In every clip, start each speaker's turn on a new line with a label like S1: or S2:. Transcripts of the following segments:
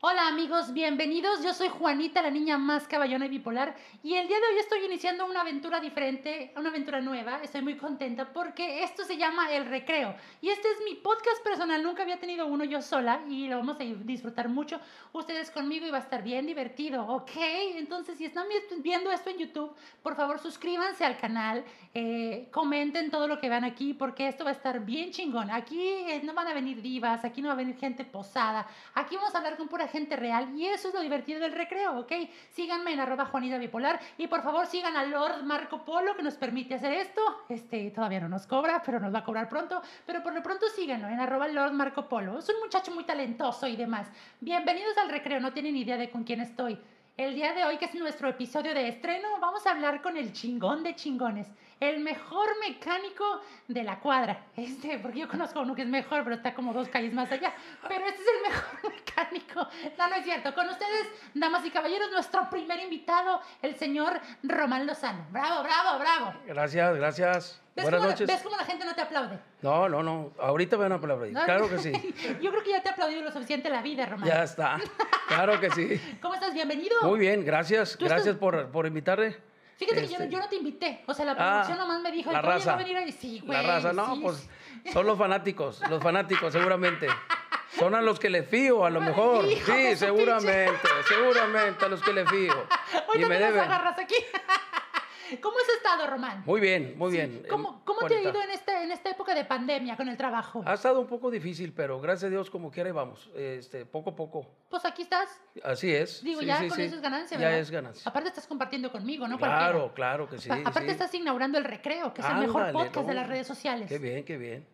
S1: Hola amigos, bienvenidos. Yo soy Juanita, la niña más caballona y bipolar, y el día de hoy estoy iniciando una aventura diferente, una aventura nueva. Estoy muy contenta porque esto se llama El Recreo y este es mi podcast personal. Nunca había tenido uno yo sola y lo vamos a disfrutar mucho ustedes conmigo y va a estar bien divertido, ¿ok? Entonces, si están viendo esto en YouTube, por favor suscríbanse al canal, eh, comenten todo lo que van aquí porque esto va a estar bien chingón. Aquí eh, no van a venir divas, aquí no va a venir gente posada, aquí vamos a hablar con pura gente real y eso es lo divertido del recreo, ¿ok? Síganme en arroba Juanita Bipolar y por favor sigan a Lord Marco Polo que nos permite hacer esto. Este todavía no nos cobra, pero nos va a cobrar pronto. Pero por lo pronto síganlo en arroba Lord Marco Polo. Es un muchacho muy talentoso y demás. Bienvenidos al recreo, no tienen idea de con quién estoy. El día de hoy, que es nuestro episodio de estreno, vamos a hablar con el chingón de chingones, el mejor mecánico de la cuadra. Este, porque yo conozco uno que es mejor, pero está como dos calles más allá. Pero este es el mejor mecánico. No, no es cierto. Con ustedes, damas y caballeros, nuestro primer invitado, el señor Román Lozano. Bravo, bravo, bravo.
S2: Gracias, gracias.
S1: ¿Ves
S2: Buenas
S1: cómo,
S2: noches.
S1: ¿Ves cómo la gente no te aplaude?
S2: No, no, no. Ahorita me van a aplaudir.
S1: ¿No?
S2: Claro que sí.
S1: Yo creo que ya te he aplaudido lo suficiente en la vida, Román.
S2: Ya está. Claro que sí.
S1: ¿Cómo estás? Bienvenido.
S2: Muy bien, gracias.
S1: Tú estás-
S2: Gracias por, por invitarme.
S1: Fíjate que yo,
S2: Este-
S1: no- yo no te invité. O sea, la
S2: Ah,
S1: producción nomás me dijo,
S2: la
S1: "Oye, va
S2: raza.
S1: a venir ahí". Sí, güey,
S2: La raza, no,
S1: sí,
S2: pues
S1: sí.
S2: son los fanáticos, los fanáticos, seguramente. Son a los que le fío, a lo mejor.
S1: Hijo de
S2: Sí,
S1: su
S2: seguramente, seguramente a los que le fío.
S1: Hoy también nos agarras aquí. ¿Cómo has estado, Román?
S2: Muy bien, muy bien.
S1: ¿Cómo,
S2: Eh,
S1: cómo te ha
S2: Juanita.
S1: ido en, este, en esta época de pandemia con el trabajo?
S2: Ha estado un poco difícil, pero gracias a Dios, como quiera, ahí vamos. Este, poco a poco.
S1: Pues aquí estás.
S2: Así es.
S1: Digo,
S2: Sí,
S1: ya
S2: sí,
S1: con
S2: sí.
S1: eso es ganancia,
S2: Ya
S1: ¿verdad?
S2: es ganancia.
S1: Aparte estás compartiendo conmigo, ¿no?
S2: Claro, claro que sí.
S1: Cualquiera. Pa- Aparte
S2: sí.
S1: estás inaugurando el recreo, que es el mejor
S2: Ándale,
S1: podcast de
S2: no.
S1: las redes sociales.
S2: Qué bien, qué bien.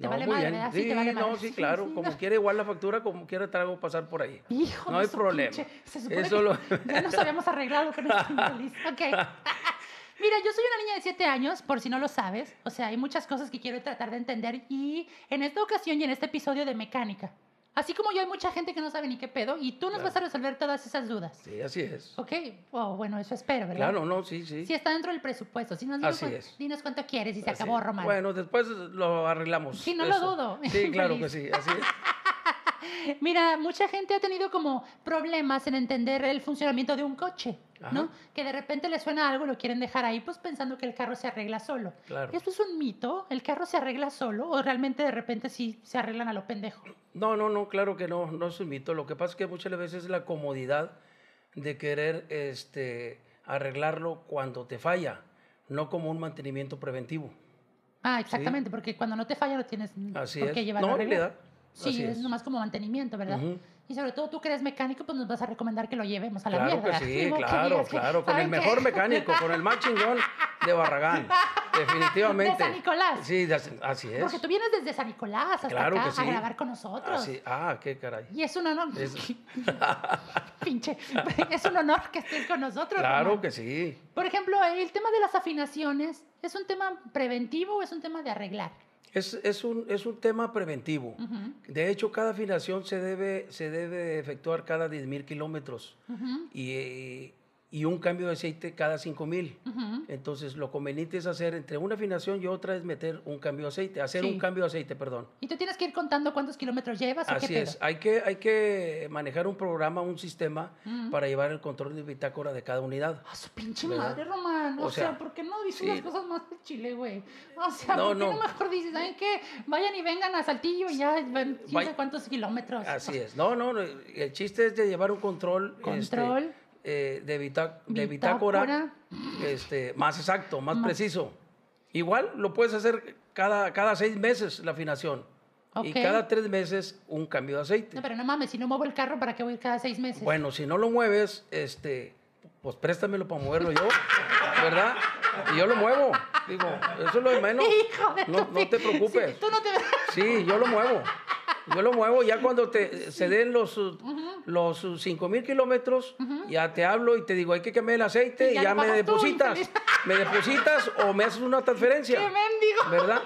S1: Te vale madre, ¿verdad? Sí,
S2: Sí,
S1: te vale
S2: no,
S1: madre.
S2: sí,
S1: Sí,
S2: claro.
S1: sí,
S2: como
S1: no.
S2: quiera, igual la factura, como quiera, traigo pasar por ahí.
S1: Hijo
S2: no
S1: de
S2: hay
S1: su
S2: problema.
S1: pinche- Se supone
S2: Eso
S1: que
S2: lo-
S1: ya nos habíamos arreglado con esta infeliz. Ok. Mira, yo soy una niña de 7 años, por si no lo sabes. O sea, hay muchas cosas que quiero tratar de entender. Y en esta ocasión y en este episodio de mecánica. Así como yo, hay mucha gente que no sabe ni qué pedo. Y tú nos
S2: Claro.
S1: vas a resolver todas esas dudas.
S2: Sí, así es.
S1: Ok. Oh, bueno, eso espero, ¿verdad?
S2: Claro, no, sí, sí.
S1: Si está dentro del presupuesto. Si nos dinos,
S2: Así
S1: cuán-
S2: es.
S1: dinos cuánto quieres y se
S2: Así
S1: acabó,
S2: es.
S1: Román.
S2: Bueno, después lo arreglamos.
S1: Sí, no lo dudo.
S2: Sí, claro que
S1: Infeliz.
S2: sí. Así es.
S1: Mira, mucha gente ha tenido como problemas en entender el funcionamiento de un coche, ¿no?
S2: Ajá.
S1: Que de repente le suena algo y lo quieren dejar ahí, pues pensando que el carro se arregla solo.
S2: Claro.
S1: ¿Eso es un mito? ¿El carro se arregla solo o realmente de repente sí se arreglan a lo pendejo?
S2: No, no, no, claro que no, no es un mito. Lo que pasa es que muchas veces es la comodidad de querer este, arreglarlo cuando te falla, no como un mantenimiento preventivo.
S1: Ah, exactamente, porque cuando no te falla no tienes
S2: Así
S1: por
S2: es.
S1: qué llevarlo
S2: no,
S1: a
S2: en
S1: arreglar.
S2: realidad.
S1: Sí,
S2: así
S1: es nomás como mantenimiento, ¿verdad?
S2: Ujú.
S1: Y sobre todo tú que eres mecánico, pues nos vas a recomendar que lo llevemos a la
S2: Claro
S1: mierda.
S2: que sí,
S1: Digo, que
S2: claro,
S1: digas que,
S2: claro, con el
S1: ¿saben qué?
S2: mejor mecánico, con el más chingón de Barragán, definitivamente.
S1: De San Nicolás.
S2: Sí, de- así es.
S1: Porque tú vienes desde San Nicolás hasta
S2: Claro
S1: acá
S2: que sí.
S1: a grabar con nosotros.
S2: Así- ah, qué caray.
S1: Y es un honor.
S2: Es-
S1: Pinche. Es un honor que estés con nosotros.
S2: Claro
S1: Román.
S2: que sí.
S1: Por ejemplo, el tema de las afinaciones, ¿es un tema preventivo o es un tema de arreglar?
S2: Es, es un, es un tema preventivo.
S1: Ujú,
S2: De hecho, cada afinación se debe, se debe efectuar cada 10.000 kilómetros
S1: ujú,
S2: y, eh, y un cambio de aceite cada 5.000.
S1: ujú.
S2: Entonces, lo conveniente es hacer entre una afinación y otra es meter un cambio de aceite, hacer
S1: Sí.
S2: un cambio de aceite, perdón.
S1: Y tú tienes que ir contando cuántos kilómetros llevas o qué
S2: Así
S1: pedo.
S2: es, hay que, hay que manejar un programa, un sistema
S1: Ujú.
S2: para llevar el control de bitácora de cada unidad.
S1: A Ah, su pinche
S2: ¿Verdad?
S1: madre, Román. O,
S2: O
S1: sea,
S2: sea,
S1: ¿por qué no dices
S2: sí.
S1: las cosas más de Chile, güey? O sea,
S2: No,
S1: ¿por qué no.
S2: no.
S1: mejor dices, ¿saben qué? Vayan y vengan a Saltillo y ya van quién
S2: Vay-
S1: sabe cuántos kilómetros.
S2: Así es, no, no, no, el chiste es de llevar un control, este,
S1: Control.
S2: eh, de, bita- de
S1: Bitácora.
S2: bitácora, este, más exacto, más
S1: Más-
S2: preciso. Igual lo puedes hacer cada, cada seis meses la afinación
S1: Ok.
S2: y cada tres meses un cambio de aceite.
S1: No, pero no mames, si no muevo el carro, ¿para qué voy cada seis meses?
S2: Bueno, si no lo mueves, este, pues préstamelo para moverlo yo, ¿verdad? Y yo lo muevo. Digo, eso es lo de menos.
S1: Hijo de
S2: No,
S1: tu
S2: no te
S1: pi-
S2: preocupes.
S1: Sí, tú no te...
S2: Sí, yo lo muevo. Yo lo muevo ya cuando te, se den los, uh, los uh, 5000 kilómetros, ya te hablo y te digo, hay que cambiar el aceite
S1: Y
S2: y
S1: ya
S2: ya,
S1: lo
S2: me
S1: pagas tú,
S2: depositas.
S1: infeliz.
S2: me depositas o me haces una
S1: ¡Qué
S2: transferencia,
S1: mendigo!
S2: ¿verdad?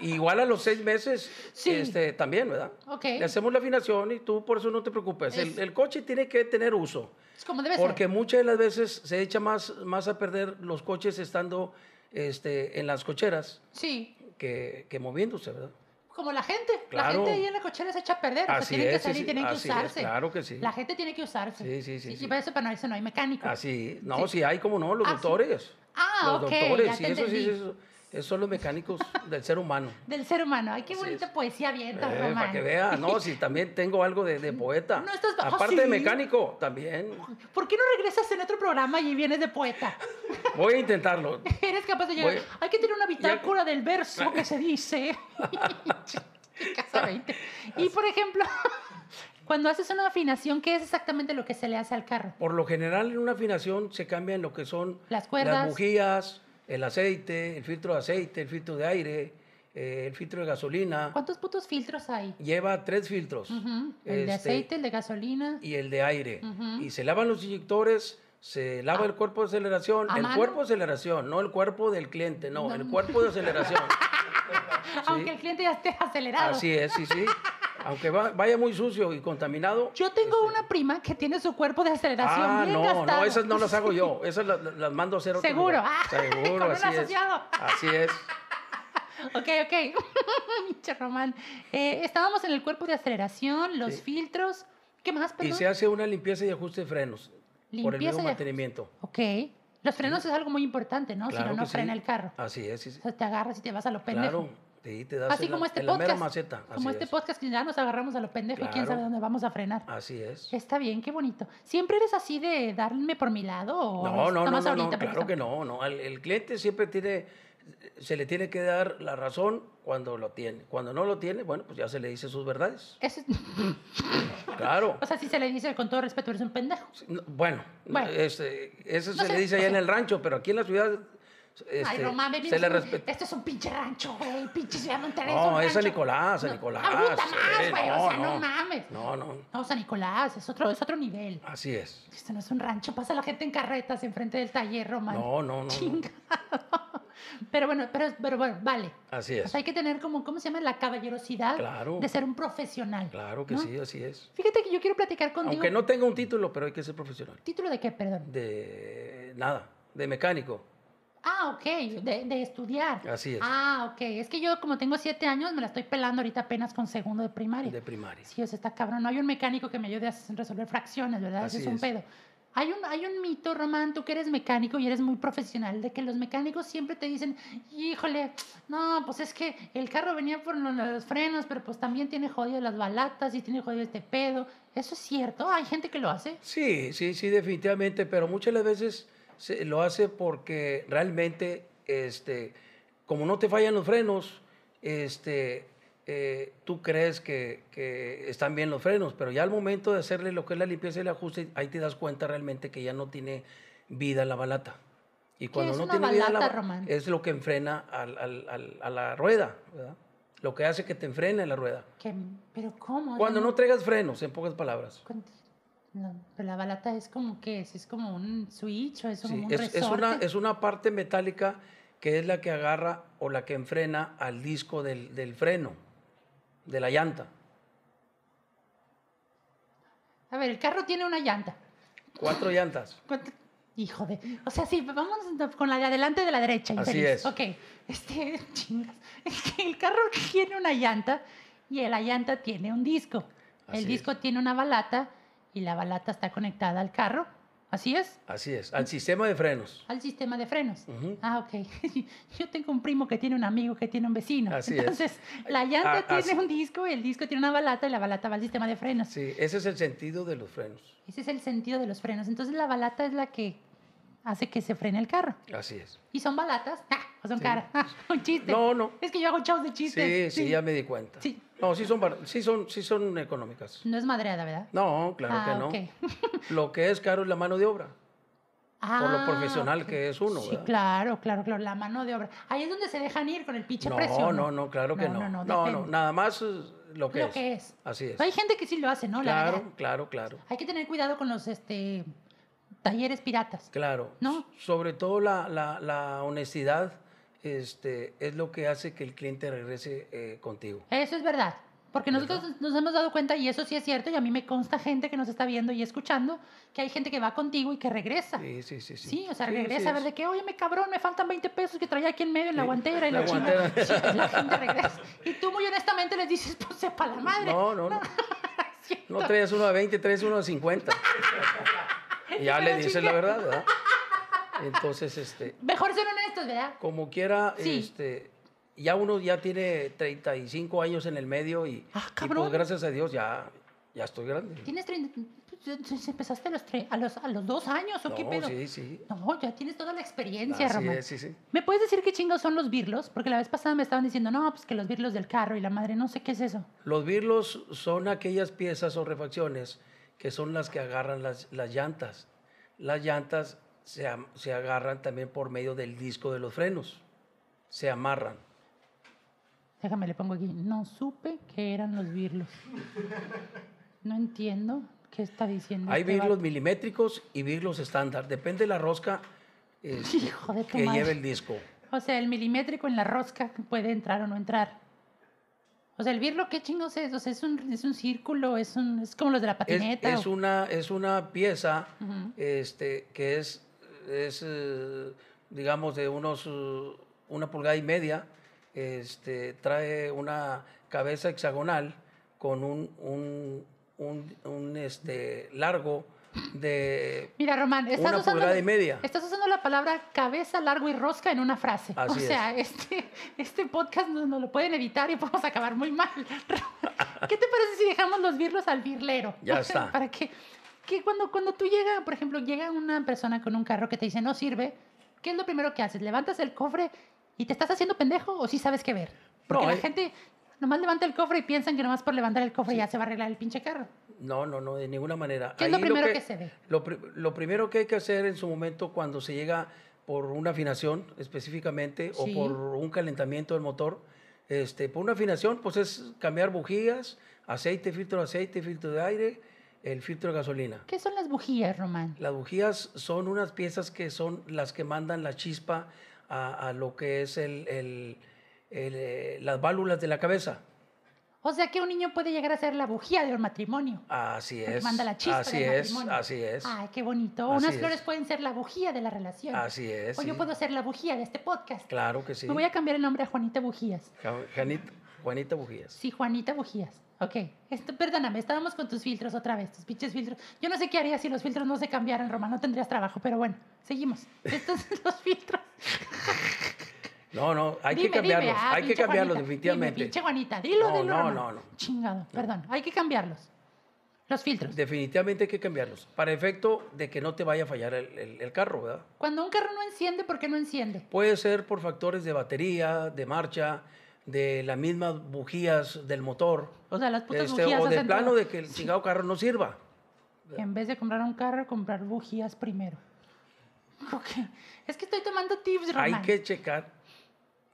S2: Igual a los seis meses
S1: Sí.
S2: este, también, ¿verdad?
S1: Ok.
S2: Le hacemos la afinación y tú por eso no te preocupes. El,
S1: Es- Pues
S2: el coche tiene que tener uso.
S1: Es como debe
S2: Porque
S1: ser.
S2: muchas de las veces se echa más, más a perder los coches estando este, en las cocheras
S1: Sí.
S2: que, que moviéndose, ¿verdad?
S1: como la gente. La
S2: Claro.
S1: gente ahí en la cochera se echa a perder. O sea,
S2: Así
S1: tienen que
S2: es, sí,
S1: salir,
S2: sí,
S1: tienen que
S2: así es,
S1: usarse.
S2: claro que sí.
S1: La gente tiene que usarse.
S2: Sí, sí, sí,
S1: Y- Y
S2: sí.
S1: para eso, para no, eso no hay mecánico.
S2: Así, no,
S1: Ah. Sí.
S2: sí, hay como no, los
S1: Ah, sí.
S2: doctores.
S1: Ah,
S2: los
S1: ok, ya
S2: doctores, sí,
S1: te
S2: eso sí,
S1: entendí.
S2: eso, esos son los mecánicos del ser humano.
S1: Del ser humano. Ay, qué
S2: Así
S1: bonita
S2: es.
S1: poesía abierta,
S2: Eh,
S1: Román.
S2: para que vea, no, si también tengo algo de, de poeta.
S1: No estás ba- ah,
S2: Aparte de
S1: sí.
S2: mecánico, también.
S1: ¿Por qué no regresas en otro programa y vienes de poeta?
S2: Voy a intentarlo.
S1: Eres capaz de llegar.
S2: Voy-
S1: Hay que tener una bitácora del verso que se dice. Casa 20. Y por ejemplo, cuando haces una afinación, ¿qué es exactamente lo que se le hace al carro?
S2: Por lo general, en una afinación se cambian lo que son
S1: Las cuerdas.
S2: bujías, el aceite, el filtro de aceite, el filtro de aire, eh, el filtro de gasolina.
S1: ¿Cuántos putos filtros hay?
S2: Lleva tres filtros.
S1: Ujú, El de
S2: Este,
S1: aceite, el de gasolina.
S2: y el de aire.
S1: Ujú. Ah.
S2: Y se lavan los inyectores, se lava el cuerpo de aceleración,
S1: ¿A
S2: el
S1: mano?
S2: cuerpo de aceleración, no el cuerpo del cliente, no,
S1: No.
S2: el cuerpo de aceleración.
S1: Aunque el cliente ya esté acelerado.
S2: Así es, sí, sí. Aunque va- vaya muy sucio y contaminado.
S1: Yo tengo una prima que tiene su cuerpo de aceleración
S2: Este. Ah,
S1: bien
S2: no,
S1: gastado.
S2: no, esas no las hago yo, esas la- la- las, mando a hacer otro
S1: Seguro,
S2: lugar.
S1: ah, con
S2: Seguro,
S1: un
S2: así es.
S1: asociado.
S2: Así es.
S1: Ok, ok. Pinche Román. Eh, estábamos en el cuerpo de aceleración, los
S2: Sí.
S1: filtros. ¿Qué más, perdón?
S2: Y se hace una limpieza y ajuste de frenos por el
S1: Limpieza
S2: mismo
S1: y
S2: mantenimiento.
S1: Ok. Los frenos es algo muy importante, ¿no? si
S2: Claro
S1: no, no
S2: que sí.
S1: frena el carro.
S2: Así es, sí, sí.
S1: O sea, te agarras y te vas a lo pendejo.
S2: Claro, sí, te das
S1: Así
S2: en la-
S1: como este
S2: en la
S1: podcast.
S2: mera maceta.
S1: como
S2: así
S1: este
S2: es.
S1: podcast que ya nos agarramos a lo pendejo y quién
S2: Claro. Ah.
S1: sabe dónde vamos a frenar.
S2: Así es.
S1: Está bien, qué bonito. ¿Siempre eres así de darme por mi lado? O
S2: No, no, no,
S1: nada más
S2: no, no,
S1: ahorita, pues,
S2: claro
S1: porque-
S2: que no, no. al- El, cliente siempre tiene, se le tiene que dar la razón cuando lo tiene. Cuando no lo tiene, bueno, pues ya se le dice sus verdades.
S1: Eso es-
S2: Claro.
S1: o sea, si se le dice con todo respeto, eres un pendejo.
S2: Sí, no, Bueno,
S1: Bueno.
S2: este, eso
S1: No
S2: se
S1: sé,
S2: le dice
S1: o
S2: allá
S1: sea-
S2: en el rancho, pero aquí en la ciudad
S1: Ay,
S2: este,
S1: Román, ven,
S2: se le
S1: mira,
S2: respeta.
S1: Esto es un pinche rancho, güey. Pinche ciudad de Monterrey. es
S2: No,
S1: un
S2: es San
S1: rancho.
S2: Nicolás, San
S1: No,
S2: Nicolás.
S1: Ahorita más,
S2: sí,
S1: güey. o sea, no, mames.
S2: No, no,
S1: No, San Nicolás, es otro, es otro nivel.
S2: así es.
S1: Esto no es un rancho, pasa la gente en carretas enfrente del taller, Román.
S2: No, no, no, no,
S1: Chingado. Pero bueno, pero, pero bueno, vale.
S2: así
S1: O
S2: es.
S1: sea, hay que tener como, ¿cómo se llama? La caballerosidad
S2: Claro.
S1: de ser un profesional.
S2: Claro que
S1: ¿no?
S2: sí, así es.
S1: Fíjate que yo quiero platicar contigo.
S2: Aunque no tenga un título, pero hay que ser profesional.
S1: ¿Título de qué, perdón?
S2: de nada, de mecánico.
S1: Ah, ok, de, de estudiar.
S2: Así es.
S1: Ah, ok. Es que yo, como tengo siete años, me la estoy pelando ahorita apenas con segundo de primaria.
S2: De primaria.
S1: Sí, o sea, está cabrón. No hay un mecánico que me ayude a s- resolver fracciones, ¿verdad? Eso
S2: Así
S1: es un
S2: es.
S1: pedo. Hay un, hay un mito, Román, tú que eres mecánico y eres muy profesional, de que los mecánicos siempre te dicen, híjole, no, pues es que el carro venía por lo- los frenos, pero pues también tiene jodido las balatas y tiene jodido este pedo. Eso es cierto, hay gente que lo hace.
S2: Sí, sí, sí, definitivamente, pero muchas de las veces se lo hace porque realmente, este, como no te fallan los frenos, este, eh, tú crees que, que están bien los frenos, pero ya al momento de hacerle lo que es la limpieza y el ajuste, ahí te das cuenta realmente que ya no tiene vida la balata. Y cuando
S1: es
S2: no
S1: una
S2: tiene vida la
S1: balata,
S2: ba-
S1: Román?
S2: es lo que enfrena al- al- al- a la rueda, ¿verdad? Lo que hace que te enfrene la rueda.
S1: Que, pero ¿cómo? O sea,
S2: Cuando no traigas frenos, en pocas palabras.
S1: cuando- no, pero la balata es como que es, es como un switch o es como
S2: Sí,
S1: un
S2: es, es una,
S1: resorte.
S2: es una parte metálica que es la que agarra o la que enfrena al disco del, del freno, de la llanta.
S1: A ver, el carro tiene una llanta.
S2: Cuatro llantas.
S1: ¿Cuánto? Hijo de. O sea, sí, vamos con la de adelante de la derecha.
S2: Así
S1: infeliz.
S2: es.
S1: Ok. Este, chingas. Es que el carro tiene una llanta y la llanta tiene un disco. el
S2: Así
S1: disco tiene una balata y la balata está conectada al carro. Así es.
S2: Así es, al sistema de frenos.
S1: Al sistema de frenos.
S2: Ujú.
S1: Ah, ok. Yo tengo un primo que tiene un amigo que tiene un vecino.
S2: Así es.
S1: Entonces, la llanta
S2: Ah,
S1: tiene
S2: así-
S1: un disco, el disco tiene una balata y la balata va al sistema de frenos.
S2: Sí, ese es el sentido de los frenos.
S1: Ese es el sentido de los frenos. Entonces, la balata es la que hace que se frene el carro.
S2: Así es.
S1: ¿Y son balatas? Ah, o son
S2: Sí.
S1: caras. Ah, un chiste.
S2: No, no.
S1: Es que yo hago shows de
S2: Sí, sí,
S1: chistes.
S2: ya me di cuenta.
S1: Sí.
S2: No, sí son, bar- sí, son, sí son económicas.
S1: No es madreada, ¿verdad?
S2: No, claro
S1: Ah,
S2: que no.
S1: ok.
S2: Lo que es caro es la mano de obra. lo
S1: Ah,
S2: profesional
S1: ok.
S2: que es uno,
S1: Sí,
S2: ¿verdad?
S1: claro, claro, claro. La mano de obra. Ahí es donde se dejan ir con el pinche
S2: No,
S1: precio.
S2: no, no, claro que no.
S1: No, no, no. depende.
S2: nada más eh, lo que
S1: Lo
S2: es.
S1: que es.
S2: Así es.
S1: Hay gente que sí lo hace, ¿no? La verdad.
S2: Claro, claro, claro.
S1: Hay que tener cuidado con los este, talleres piratas.
S2: Claro.
S1: ¿No?
S2: S- Sobre todo la, la- la honestidad este, es lo que hace que el cliente regrese eh, contigo.
S1: Eso es verdad. Porque nosotros nos hemos dado cuenta, y eso sí es cierto, y a mí me consta gente que nos está viendo y escuchando, que hay gente que va contigo y que regresa. Sí,
S2: Sí, sí, sí. Sí,
S1: o sea,
S2: Sí,
S1: regresa
S2: sí
S1: a ver
S2: es.
S1: de que, oye, me cabrón, me faltan 20 pesos que traía aquí en medio en la
S2: Sí,
S1: guantera y la,
S2: la
S1: chingada".
S2: guantera.
S1: Sí, pues, la gente regresa. Y tú muy honestamente les dices, pues sepa la madre.
S2: No, no, no. No traes uno a 20, traes uno a 50. Y ya le
S1: Este, Pero
S2: dices la verdad, ¿verdad? Entonces, este,
S1: Mejor ser honestos, ¿verdad?
S2: como quiera,
S1: Sí.
S2: este, ya uno ya tiene 35 años en el medio y,
S1: Ah,
S2: y
S1: cabrón.
S2: pues gracias a Dios ya, ya estoy grande.
S1: Tienes 30... pues, Empezaste a los, tre- a los, a los dos años, ¿o qué
S2: No,
S1: pedo?
S2: sí, sí.
S1: No, ya tienes toda la experiencia,
S2: Así
S1: Ramón.
S2: es, sí, sí.
S1: ¿Me puedes decir qué chingados son los birlos? Porque la vez pasada me estaban diciendo, no, pues que los birlos del carro y la madre, no sé qué es eso.
S2: Los birlos son aquellas piezas o refacciones que son las que agarran las, las llantas. Las llantas se, am- se agarran también por medio del disco de los frenos. Se amarran.
S1: Déjame, le pongo aquí. No supe qué eran los birlos. No entiendo qué está diciendo.
S2: Hay
S1: este
S2: birlos
S1: vato.
S2: milimétricos y birlos estándar. Depende de la rosca eh,
S1: Hijo de tu
S2: que
S1: madre.
S2: lleve el disco.
S1: O sea, el milimétrico en la rosca que puede entrar o no entrar. O sea, el birlo, ¿qué chingados es? O sea, es un, es un círculo, es, un, es como los de la
S2: Es,
S1: patineta.
S2: es
S1: o-
S2: una, es una pieza
S1: Ujú.
S2: este, que es, es eh, digamos, de unos, eh, una pulgada y media, este, trae una cabeza hexagonal con un, un, un- un, este, largo de...
S1: Mira, Román, estás
S2: Una
S1: usando,
S2: pulgada y media.
S1: estás usando la palabra cabeza, largo y rosca en una frase.
S2: Así
S1: o
S2: es.
S1: sea, este, este podcast nos, nos lo pueden evitar y podemos acabar muy mal. ¿Qué te parece si dejamos los birlos al birlero?
S2: Ya
S1: O sea,
S2: está.
S1: Para que, que cuando, cuando tú llega, por ejemplo, llega una persona con un carro que te dice no sirve, ¿qué es lo primero que haces? ¿Levantas el cofre y te estás haciendo pendejo o sí sabes qué ver? Porque
S2: No, eh.
S1: la
S2: hay-
S1: gente nomás levanta el cofre y piensan que nomás por levantar el cofre ya se va a arreglar el pinche carro.
S2: No, no, no, de ninguna manera.
S1: ¿Qué es lo
S2: Ahí
S1: primero que se ve?
S2: Lo, pri- lo primero que hay que hacer en su momento cuando se llega por una afinación específicamente
S1: Sí.
S2: o por un calentamiento del motor, este, por una afinación, pues es cambiar bujías, aceite, filtro de aceite, filtro de aire, el filtro de gasolina.
S1: ¿Qué son las bujías, Román?
S2: Las bujías son unas piezas que son las que mandan la chispa a, a lo que es el- el- el, eh, las válvulas de la cabeza.
S1: O sea que un niño puede llegar a ser la bujía de un matrimonio.
S2: Así
S1: Porque
S2: es.
S1: manda la chispa
S2: así
S1: del
S2: es,
S1: matrimonio.
S2: así es.
S1: Ay, qué bonito.
S2: Así
S1: Unas
S2: es.
S1: flores pueden ser la bujía de la relación.
S2: Así es.
S1: o pues yo
S2: sí.
S1: puedo ser la bujía de este podcast.
S2: Claro que sí.
S1: Me voy a cambiar el nombre a Juanita Bujías.
S2: Ja- Janita, Juanita Bujías.
S1: Sí, Juanita Bujías. Ok. Esto, perdóname, estábamos con tus filtros otra vez, tus pinches filtros. Yo no sé qué haría si los filtros no se cambiaran, Roma. No tendrías trabajo, pero bueno, seguimos. Estos son los filtros.
S2: No, no, hay
S1: Dime,
S2: que cambiarlos,
S1: dime. Ah,
S2: hay que
S1: pinche
S2: cambiarlos
S1: Juanita.
S2: definitivamente.
S1: Dime, pinche Juanita, dilo,
S2: No,
S1: dilo,
S2: no,
S1: Roma.
S2: no, no.
S1: Chingado, perdón. Hay que cambiarlos. Los filtros.
S2: definitivamente hay que cambiarlos, para efecto de que no te vaya a fallar el, el- el carro, ¿verdad?
S1: Cuando un carro no enciende, ¿por qué no enciende?
S2: Puede ser por factores de batería, de marcha, de las mismas bujías del motor,
S1: O sea, las putas
S2: este,
S1: bujías
S2: o de
S1: hacen
S2: plano
S1: todo.
S2: de que el chingado carro no sirva.
S1: En vez de comprar un carro, comprar bujías primero. Ok. Es que estoy tomando tips, Román.
S2: Hay que checar,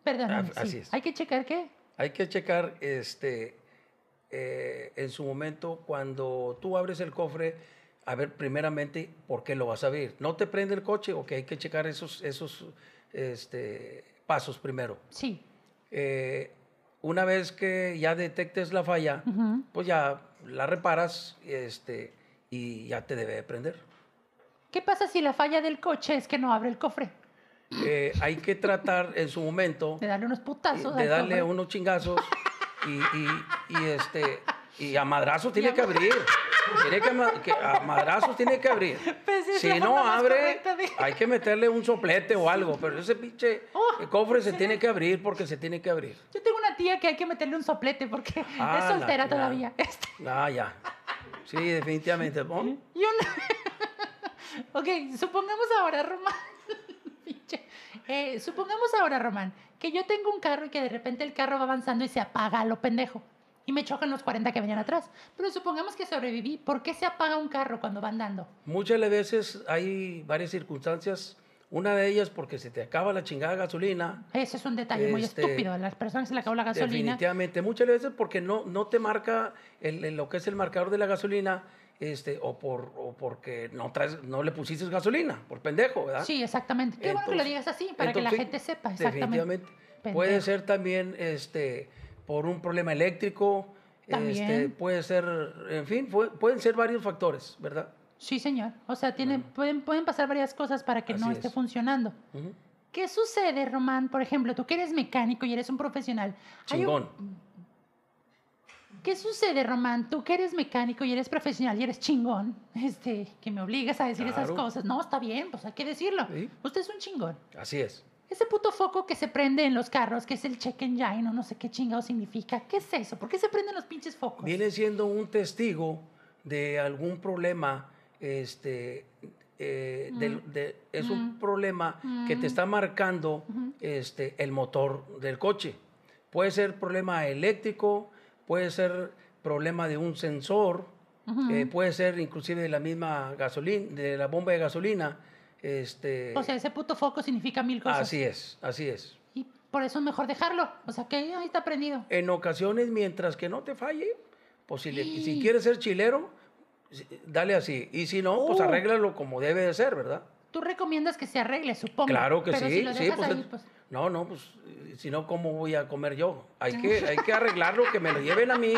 S1: Perdóname,
S2: Ah, así
S1: sí.
S2: es.
S1: Hay que checar qué.
S2: hay que checar, este, eh, en su momento cuando tú abres el cofre. A ver, primeramente, ¿por qué lo vas a abrir? ¿No te prende el coche? Ok, hay que checar esos, esos este, pasos primero.
S1: Sí.
S2: Eh, una vez que ya detectes la falla,
S1: Ujú.
S2: pues ya la reparas este, y ya te debe de prender.
S1: ¿Qué pasa si la falla del coche es que no abre el cofre?
S2: Eh, hay que tratar en su momento
S1: De darle unos
S2: eh,
S1: putazos.
S2: de
S1: al
S2: darle
S1: cofre.
S2: unos chingazos y, y- y, este, y a madrazos tiene
S1: a
S2: que abrir. Tiene que, ma- que a madrazos tiene que abrir.
S1: Pues es la
S2: Si
S1: forma
S2: no
S1: más
S2: abre,
S1: correcta de-
S2: hay que meterle un soplete o algo, pero ese pinche
S1: Oh,
S2: eh, cofre se
S1: sí.
S2: tiene que abrir porque se tiene que abrir.
S1: Yo tengo una tía que hay que meterle un soplete porque
S2: Ah,
S1: es
S2: la
S1: soltera
S2: chingada.
S1: todavía. Este,
S2: Ah, ya. Sí, definitivamente. Pon-
S1: Y un- ok, supongamos ahora, Román. Pinche. Eh, supongamos ahora, Román, que yo tengo un carro y que de repente el carro va avanzando y se apaga a lo pendejo. Y me chocan los 40 que venían atrás. Pero supongamos que sobreviví. ¿Por qué se apaga un carro cuando va andando?
S2: Muchas de veces hay varias circunstancias. Una de ellas porque se te acaba la chingada gasolina.
S1: Ese es un detalle muy
S2: Este,
S1: estúpido. A las personas se le acabó la gasolina.
S2: Definitivamente. Muchas de veces porque no, no te marca el- el- lo que es el marcador de la gasolina. Este, o, por, o porque no, traes, no le pusiste gasolina, por pendejo, ¿verdad?
S1: Sí, exactamente. Qué bueno que lo
S2: Entonces-
S1: digas así, para que la
S2: entonces,
S1: gente sepa exactamente.
S2: Definitivamente. Puede
S1: Pendejo.
S2: ser también este, por un problema eléctrico,
S1: También.
S2: Este, puede ser, en fin, pu- pueden ser varios factores, ¿verdad?
S1: Sí, señor. O sea, tiene, pueden, pueden pasar varias cosas para que no
S2: Así
S1: esté
S2: es.
S1: funcionando.
S2: Ujú.
S1: ¿Qué sucede, Román? Por ejemplo, tú que eres mecánico y eres un profesional. hay un-
S2: Chingón.
S1: ¿Qué sucede, Román? Tú que eres mecánico y eres profesional y eres chingón, este, que me obligas a decir esas
S2: Claro.
S1: cosas. No, está bien, pues hay que decirlo.
S2: Sí.
S1: Usted es un chingón.
S2: Así es.
S1: Ese puto foco que se prende en los carros, que es el check engine o no sé qué chingado significa. ¿Qué es eso? ¿Por qué se prenden los pinches focos?
S2: Viene siendo un testigo de algún problema, este, eh, del-
S1: Mm.
S2: de- es un problema que te está marcando este, el motor del coche. Puede ser problema eléctrico, puede ser problema de un sensor, eh, puede ser inclusive de la misma gasolina, de la bomba de gasolina. Este,
S1: O sea, ese puto foco significa mil cosas.
S2: así es, así es.
S1: Y por eso es mejor dejarlo. O sea, que ahí está prendido.
S2: En ocasiones, mientras que no te falle, pues si, le-
S1: Sí.
S2: si quieres ser chilero, si- dale así. Y si no, pues
S1: Oh.
S2: arréglalo como debe de ser, ¿verdad?
S1: Tú recomiendas que se arregle, supongo.
S2: Claro que
S1: Pero
S2: sí.
S1: Si lo
S2: sí,
S1: dejas
S2: pues,
S1: ahí,
S2: es-
S1: pues.
S2: No, no, pues eh, si no, ¿cómo voy a comer yo? Hay que, hay que arreglarlo, que me lo lleven a mí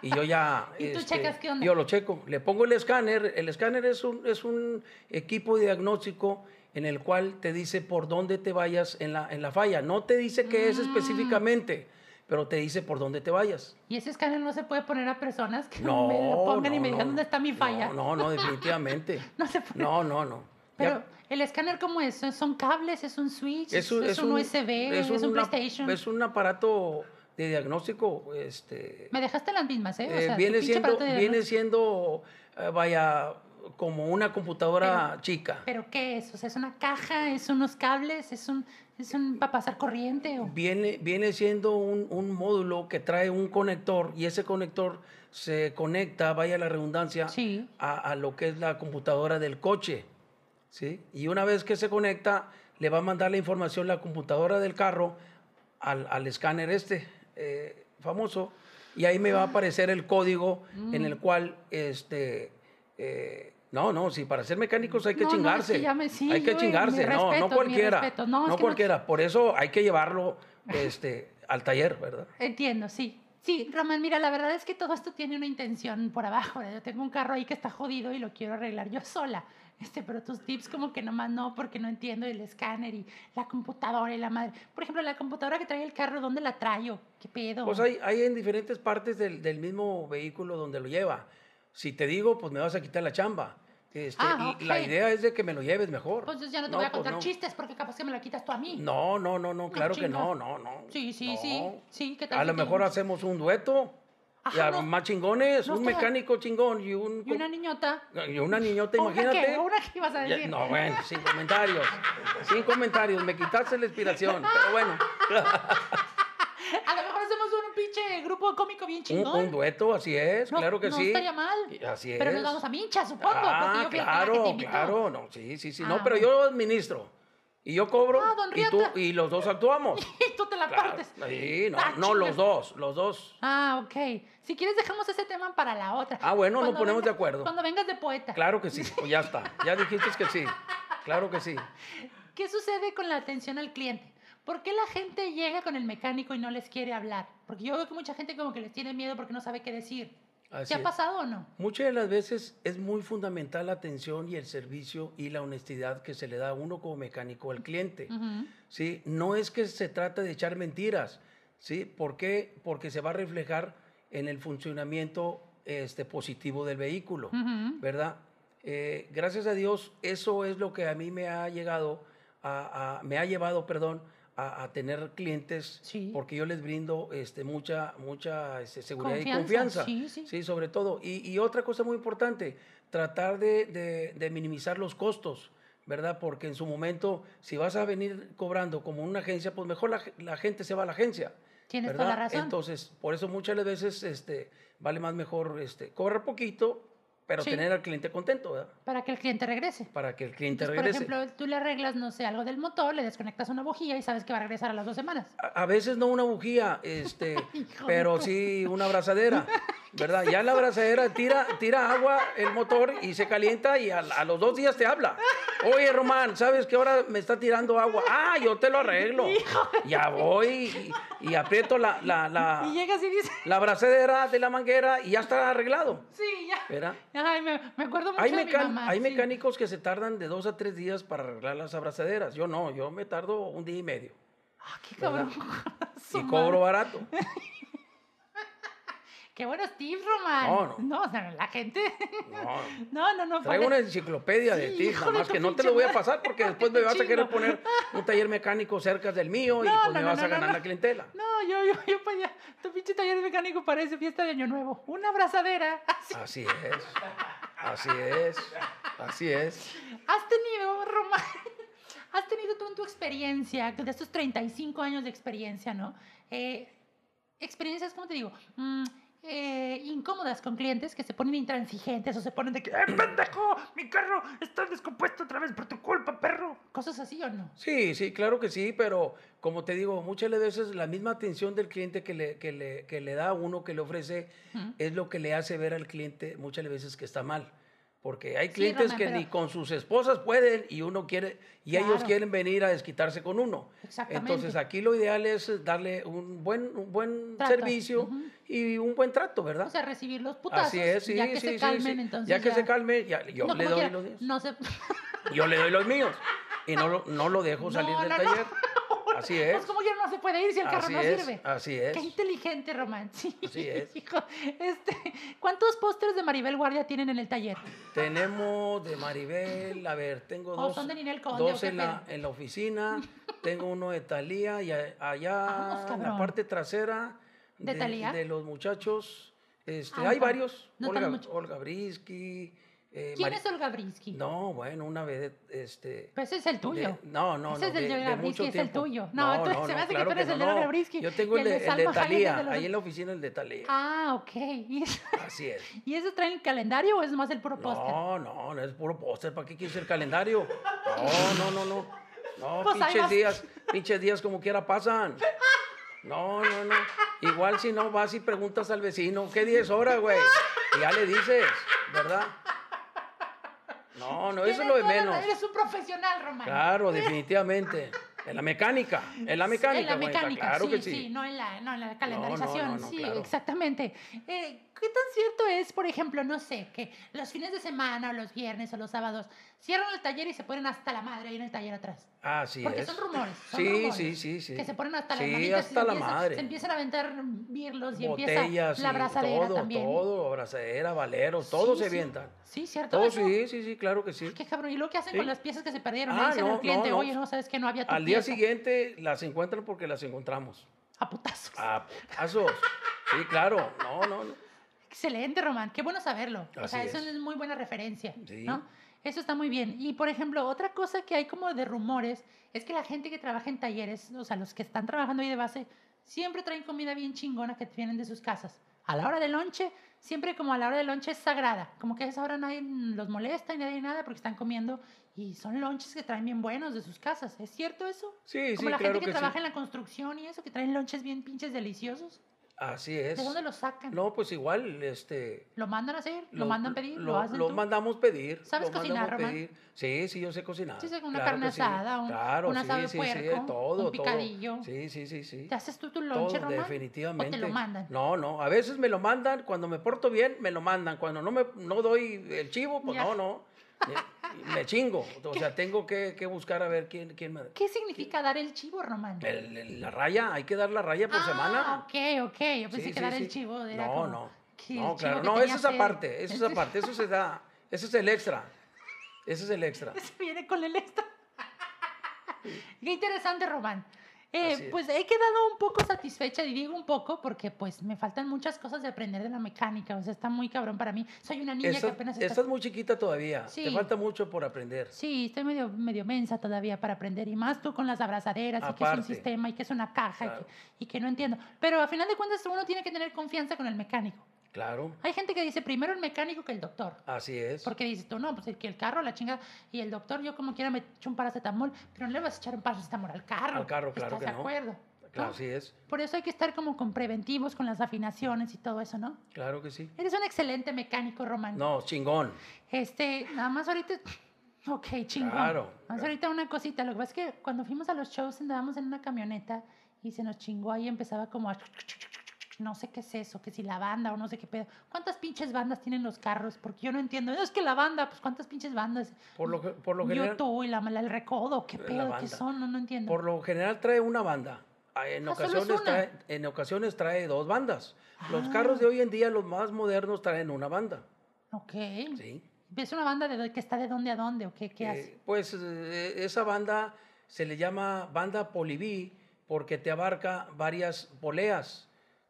S2: y yo ya... este,
S1: ¿Y tú checas qué onda?
S2: Yo lo checo. Le pongo el escáner. El escáner es un, es un equipo diagnóstico en el cual te dice por dónde te vayas en la, en la falla. No te dice qué
S1: Mm.
S2: es específicamente, pero te dice por dónde te vayas.
S1: Y ese escáner no se puede poner a personas que me lo pongan y me digan dónde está mi falla. No,
S2: No, no, no, definitivamente.
S1: se puede.
S2: No, no, no.
S1: Pero,
S2: Ya-
S1: ¿el escáner cómo es? ¿Son- ¿Son cables? ¿Es un switch? ¿Es, un, USB? ¿Es, un
S2: una-
S1: PlayStation?
S2: Es un aparato de diagnóstico. Este,
S1: Me dejaste las mismas, ¿eh? O
S2: eh,
S1: sea, tu
S2: viene,
S1: pinche
S2: siendo,
S1: aparato de
S2: viene
S1: diagnóstico.
S2: siendo, eh, vaya, como una computadora chica.
S1: ¿Pero qué es? O sea, ¿es una caja? ¿Es unos cables? ¿Es un, es un para pasar corriente? ¿O
S2: Viene, viene siendo un, un módulo que trae un conector y ese conector se conecta, vaya la redundancia,
S1: Sí.
S2: a, a lo que es la computadora del coche. ¿sí? Y una vez que se conecta, le va a mandar la información la computadora del carro al, al escáner este eh, famoso y ahí me va a aparecer el código en el cual este... eh, no, no, sí, para ser mecánicos hay que
S1: No, no, es que
S2: chingarse.
S1: ya me- sí,
S2: hay que
S1: yo, eh,
S2: chingarse,
S1: mis
S2: no,
S1: respetos,
S2: no
S1: mis
S2: cualquiera.
S1: respetos. No,
S2: No,
S1: es que no-
S2: cualquiera. Por eso hay que llevarlo este, al taller, ¿verdad?
S1: Entiendo, sí. Sí, Román, mira, la verdad es que todo esto tiene una intención por abajo. ¿verdad? Yo tengo un carro ahí que está jodido y lo quiero arreglar yo sola. Este, pero tus tips como que nomás no, porque no entiendo el escáner y la computadora y la madre. Por ejemplo, la computadora que trae el carro, ¿dónde la traigo? ¿Qué pedo?
S2: Pues hay, hay en diferentes partes del, del mismo vehículo donde lo lleva. Si te digo, pues me vas a quitar la chamba. Este,
S1: Ah,
S2: y la
S1: ok.
S2: idea es de que me lo lleves mejor.
S1: Pues yo ya no te voy a
S2: pues
S1: contar
S2: no.
S1: chistes porque capaz que me la quitas tú a mí.
S2: No, no, no, no, claro que
S1: chingas.
S2: no, no, no.
S1: Sí, sí,
S2: no.
S1: sí. Sí, ¿qué tal
S2: A
S1: si
S2: lo
S1: te-
S2: mejor hacemos un dueto.
S1: Ajá,
S2: y a-
S1: no.
S2: más chingones,
S1: No
S2: un
S1: estoy-
S2: mecánico chingón y un.
S1: Y una niñota.
S2: y una niñota,
S1: ¿O una
S2: imagínate.
S1: qué? ¿O una qué ibas a
S2: Ya-
S1: decir?
S2: no, bueno, sin comentarios. Sin comentarios, me quitaste la inspiración. Pero bueno,
S1: A lo mejor hacemos un pinche grupo cómico bien
S2: un,
S1: chingón.
S2: un dueto, así es,
S1: No-
S2: claro que
S1: no
S2: sí.
S1: estaría mal.
S2: Así es.
S1: Pero nos vamos a mincha, supongo. porque
S2: Ah,
S1: Pues, yo fui la que te
S2: claro,
S1: invitó.
S2: claro, no, sí, sí, sí,
S1: Ah,
S2: no, pero yo administro y yo cobro
S1: Ah, don
S2: y tú
S1: Riata.
S2: y los dos actuamos.
S1: Y tú te la
S2: Claro,
S1: partes.
S2: sí, no,
S1: Ah,
S2: no
S1: chinga.
S2: los dos, los dos.
S1: Ah, ok. Si quieres, dejamos ese tema para la otra.
S2: Ah, bueno, nos ponemos de acuerdo.
S1: Cuando vengas de poeta.
S2: Claro que sí, pues ya está, ya dijiste que sí, claro que sí.
S1: ¿Qué sucede con la atención al cliente? ¿Por qué la gente llega con el mecánico y no les quiere hablar? Porque yo veo que mucha gente como que les tiene miedo porque no sabe qué decir.
S2: Así
S1: ¿Te ha
S2: es.
S1: pasado o no?
S2: Muchas de las veces es muy fundamental la atención y el servicio y la honestidad que se le da a uno como mecánico al cliente.
S1: Ujú.
S2: ¿sí? No es que se trate de echar mentiras, ¿sí? ¿Por qué? Porque se va a reflejar en el funcionamiento este, positivo del vehículo,
S1: Ujú.
S2: ¿verdad? Eh, gracias a Dios, eso es lo que a mí me ha llegado, a, a- me ha llevado, perdón, a, a tener clientes,
S1: Sí.
S2: porque yo les brindo este, mucha, mucha este, seguridad y
S1: Confianza,
S2: confianza.
S1: sí, sí.
S2: sobre todo. Y, y otra cosa muy importante, tratar de, de- de minimizar los costos, ¿verdad? Porque en su momento, si vas a venir cobrando como una agencia, pues mejor la, la gente se va a la agencia.
S1: Tienes
S2: ¿verdad?
S1: toda la razón.
S2: Entonces, por eso muchas de las veces este, vale más mejor este, cobrar poquito, pero
S1: Sí.
S2: tener al cliente contento, ¿verdad?
S1: Para que el cliente regrese.
S2: Para que el cliente
S1: Entonces, por
S2: regrese.
S1: ejemplo, tú le arreglas, no sé, algo del motor, le desconectas una bujía y sabes que va a regresar a las dos semanas.
S2: a, a veces no una bujía, este,
S1: Hijo de
S2: pero
S1: tu-
S2: sí una abrazadera. ¿verdad? Ya en la abrazadera tira, tira agua el motor y se calienta y a, a los dos días te habla. Oye, Román, ¿sabes qué ahora me está tirando agua? Ah, yo te lo arreglo. Ya voy y, y aprieto la, la, la,
S1: Y llegas y dices,
S2: la abrazadera de la manguera y ya está arreglado.
S1: sí, ya.
S2: ¿Verdad?
S1: Ay, me, me acuerdo mucho
S2: Hay,
S1: de mi
S2: mecan-
S1: mamá.
S2: hay
S1: sí.
S2: mecánicos que se tardan de dos a tres días para arreglar las abrazaderas. Yo no, yo me tardo un día y medio.
S1: Ah, qué cabrón. Su
S2: Y
S1: madre.
S2: cobro barato.
S1: Qué buenos tips, Román.
S2: No, no.
S1: o sea, la gente.
S2: No.
S1: No, no, no.
S2: Traigo una
S1: pare-
S2: enciclopedia de
S1: Sí,
S2: ti,
S1: hijo
S2: nada
S1: de
S2: más
S1: tu
S2: que no te
S1: pinche
S2: lo voy a
S1: madre.
S2: pasar porque después me vas a querer
S1: Chingo.
S2: poner un taller mecánico cerca del mío y
S1: No, no,
S2: pues me
S1: no,
S2: vas
S1: no,
S2: a
S1: no,
S2: ganar
S1: no.
S2: la clientela.
S1: No, yo, yo, yo para allá. Tu pinche taller mecánico parece fiesta de Año Nuevo. Una abrazadera. Así.
S2: Así es, así es, así es.
S1: Has tenido, Román, has tenido tú en tu experiencia, de estos 35 años de experiencia, ¿no? Eh, experiencias, ¿cómo te digo? Mm, eh, incómodas con clientes que se ponen intransigentes o se ponen de que, ¡eh, pendejo! ¡Mi carro está descompuesto otra vez por tu culpa, perro! Cosas así o no.
S2: Sí, sí, claro que sí, pero como te digo, muchas de veces la misma atención del cliente que le, que le, que le da a uno, que le ofrece,
S1: Ujú.
S2: es lo que le hace ver al cliente muchas de veces que está mal. Porque hay
S1: Sí,
S2: clientes
S1: Román,
S2: que
S1: pero-
S2: ni con sus esposas pueden y uno quiere, y ellos
S1: Claro.
S2: quieren venir a desquitarse con uno.
S1: Exactamente.
S2: Entonces aquí lo ideal es darle un buen, un buen
S1: Trato,
S2: servicio
S1: ujú.
S2: y un buen trato, ¿verdad?
S1: O sea, recibir los putazos.
S2: Así es, sí,
S1: ya que
S2: sí,
S1: se
S2: sí,
S1: calmen,
S2: sí.
S1: entonces.
S2: ya que se calme, ya- yo
S1: No,
S2: le
S1: como
S2: doy
S1: quiera,
S2: los míos.
S1: No se.
S2: Yo le doy los míos. Y no lo, no lo dejo salir
S1: No,
S2: del
S1: no, no.
S2: taller. Así es.
S1: Pues como ya no se puede ir si el carro
S2: así
S1: no
S2: es,
S1: sirve.
S2: Así es.
S1: Qué inteligente, Román. Sí.
S2: Así es.
S1: Hijo, este, ¿Cuántos pósters de Maribel Guardia tienen en el taller?
S2: Tenemos de Maribel, a ver, tengo
S1: ¿O
S2: dos,
S1: Oh, son de Ninel Conde, o
S2: dos
S1: qué
S2: en, la,
S1: pedo?
S2: en la oficina, tengo uno de Talía y a- allá
S1: Vamos,
S2: en
S1: cabrón.
S2: la parte trasera
S1: ¿De Thalía?
S2: de los muchachos. Este,
S1: Ah,
S2: hay
S1: no,
S2: varios,
S1: no tan
S2: Olga,
S1: mucho.
S2: Olga Brisky. eh,
S1: ¿Quién
S2: Mari-
S1: es Olga Brinsky?
S2: No, bueno, una vez, este...
S1: Pues ese es el tuyo.
S2: de- no, no,
S1: Ese
S2: no.
S1: es del
S2: de-
S1: de
S2: de
S1: Olga
S2: mucho
S1: Brinsky, es el
S2: tiempo.
S1: tuyo. No, entonces se me hace que tú eres el de
S2: no.
S1: Olga Brinsky
S2: Yo tengo
S1: y
S2: el de,
S1: el de
S2: el de
S1: Salma Hayek, el de
S2: Thalía,
S1: los-
S2: ahí en la oficina el de Talía.
S1: Ah, ok. ¿Y, eso-
S2: Así es.
S1: ¿Y ese trae el calendario o es más el puro póster?
S2: No, no, no es puro póster. ¿Para qué quieres el calendario? No, no, no, no. No,
S1: Pues ahí vas.
S2: pinches días, pinches días como quiera pasan. No, no, no. Igual si no vas y preguntas al vecino, ¿qué 10 horas, güey? Y ya le dices, ¿verdad? No, no, eso es
S1: Tienes
S2: lo de
S1: toda la-
S2: menos.
S1: Eres un profesional, Román.
S2: Claro, definitivamente. En la mecánica, en la mecánica.
S1: En la
S2: güey, está
S1: mecánica,
S2: claro
S1: sí,
S2: que
S1: sí, no en la, no en la calendarización,
S2: no, no,
S1: sí,
S2: claro.
S1: exactamente. Eh, ¿Qué tan cierto es, por ejemplo, no sé, que los fines de semana o los viernes o los sábados cierran el taller y se ponen hasta la madre ahí en el taller atrás?
S2: Así
S1: Porque
S2: es.
S1: son rumores. son
S2: Sí,
S1: rumores,
S2: sí, sí, sí.
S1: Que se ponen hasta las
S2: Sí,
S1: manitas y
S2: hasta
S1: se
S2: la
S1: empiezan-
S2: madre.
S1: Se empiezan a aventar birlos y
S2: Botellas,
S1: empieza la
S2: y
S1: abrazadera
S2: todo,
S1: también.
S2: todo, abrazadera, valeros, todo
S1: Sí,
S2: se
S1: sí.
S2: avientan.
S1: Sí, cierto.
S2: Todo
S1: eso?
S2: sí, sí, sí, claro que sí.
S1: Ay, Qué cabrón. ¿Y lo que hacen
S2: Sí.
S1: con las piezas que se perdieron?
S2: Ah,
S1: Ahí dicen
S2: no,
S1: al cliente,
S2: no, no.
S1: oye, no sabes que no había tu
S2: Al día
S1: pieza".
S2: siguiente las encuentran porque las encontramos.
S1: A putazos.
S2: A putazos. Sí, claro. No, no, no.
S1: Excelente, Román. Qué bueno saberlo. o sea,
S2: Así
S1: eso
S2: es.
S1: es muy buena referencia.
S2: Sí.
S1: ¿no? Eso está muy bien. Y, por ejemplo, otra cosa que hay como de rumores es que la gente que trabaja en talleres, o sea, los que están trabajando ahí de base, siempre traen comida bien chingona que vienen de sus casas. A la hora del lonche, siempre como a la hora del lonche es sagrada. Como que a esa hora nadie los molesta y nadie nada porque están comiendo y son lonches que traen bien buenos de sus casas. ¿Es cierto eso?
S2: Sí,
S1: como
S2: sí,
S1: la
S2: claro
S1: gente que,
S2: que sí.
S1: trabaja en la construcción y eso, que traen lonches bien pinches deliciosos.
S2: Así es.
S1: ¿De dónde los sacan?
S2: No, pues igual, este.
S1: ¿Lo mandan a hacer? ¿Lo, mandan pedir? ¿Lo,
S2: lo-
S1: hacen
S2: lo
S1: tú?
S2: mandamos pedir.
S1: ¿Sabes
S2: lo mandamos
S1: cocinar, Román?
S2: pedir. Sí, sí, yo sé cocinar.
S1: Sí, sé, una
S2: claro
S1: carne
S2: que sí.
S1: asada, un-
S2: claro,
S1: un
S2: sí,
S1: asado de
S2: sí,
S1: puerco,
S2: sí, todo,
S1: un picadillo.
S2: Todo. Sí, sí, sí, sí.
S1: ¿Te haces tú tu
S2: Todo,
S1: lonche, Román?
S2: definitivamente.
S1: ¿O te lo mandan?
S2: No, no. A veces me lo mandan. Cuando me porto bien, me lo mandan. Cuando no me no doy el chivo, pues
S1: Ya.
S2: no, no. Me, me chingo. O sea, tengo que, que buscar a ver quién, quién me.
S1: ¿Qué significa dar el chivo, Román?
S2: el- el- la raya, hay que dar la raya por
S1: ah,
S2: semana.
S1: ok, ok. Yo pensé
S2: Sí,
S1: que
S2: sí,
S1: dar el
S2: sí.
S1: chivo era
S2: No,
S1: como...
S2: no.
S1: que el
S2: No,
S1: chivo
S2: claro.
S1: que
S2: No,
S1: tenía
S2: eso es aparte.
S1: sed.
S2: Eso es aparte. Eso se da. Eso es el extra. Eso es el extra.
S1: Se viene con el extra. Qué interesante, Román. Eh,
S2: Así es.
S1: pues he quedado un poco satisfecha y digo un poco porque pues me faltan muchas cosas de aprender de la mecánica, o sea, está muy cabrón para mí. Soy una niña que
S2: Estás,
S1: apenas está...
S2: estás muy chiquita todavía.
S1: Sí.
S2: Te falta mucho por aprender.
S1: Sí, estoy medio, medio mensa todavía para aprender. Y más tú con las abrazaderas y que es un
S2: Aparte.
S1: sistema y que es una caja y que-
S2: Claro.
S1: y, que, no entiendo. Pero a final de cuentas uno tiene que tener confianza con el mecánico.
S2: Claro.
S1: Hay gente que dice primero el mecánico que el doctor.
S2: Así es.
S1: Porque dices tú, no, pues el que el carro, la chinga, y el doctor, yo como quiera me echo un paracetamol, pero no le vas a echar un paracetamol al carro.
S2: Al carro, claro
S1: ¿Estás
S2: que
S1: de
S2: no.
S1: acuerdo?
S2: Claro, así es.
S1: Por eso hay que estar como con preventivos, con las afinaciones y todo eso, ¿no?
S2: Claro que sí.
S1: Eres un excelente mecánico, Román.
S2: No, chingón.
S1: Este, nada más ahorita... Ok, chingón. Ah,
S2: Claro,
S1: Nada más
S2: claro.
S1: ahorita una cosita. Lo que pasa es que cuando fuimos a los shows andábamos en una camioneta y se nos chingó ahí empezaba como a... No sé qué es eso, que si la banda o no sé qué pedo. ¿Cuántas pinches bandas tienen los carros? Porque yo no entiendo. Es que la banda, pues ¿cuántas pinches bandas?
S2: Por lo, ge- por lo general,
S1: YouTube y la, la- el recodo, qué
S2: La
S1: pedo, qué
S2: banda.
S1: son, no, no entiendo.
S2: por lo general trae una banda. Ah, En
S1: Ah, solo es
S2: ocasiones,
S1: una.
S2: trae, en ocasiones trae dos bandas. Los
S1: Ah.
S2: carros de hoy en día, los más modernos, traen una banda.
S1: Ok.
S2: ¿sí?
S1: ¿Ves una banda de, que está de dónde a dónde o qué, Mm. qué
S2: Eh,
S1: hace?
S2: Pues eh, esa banda se le llama banda poliví porque te abarca varias poleas,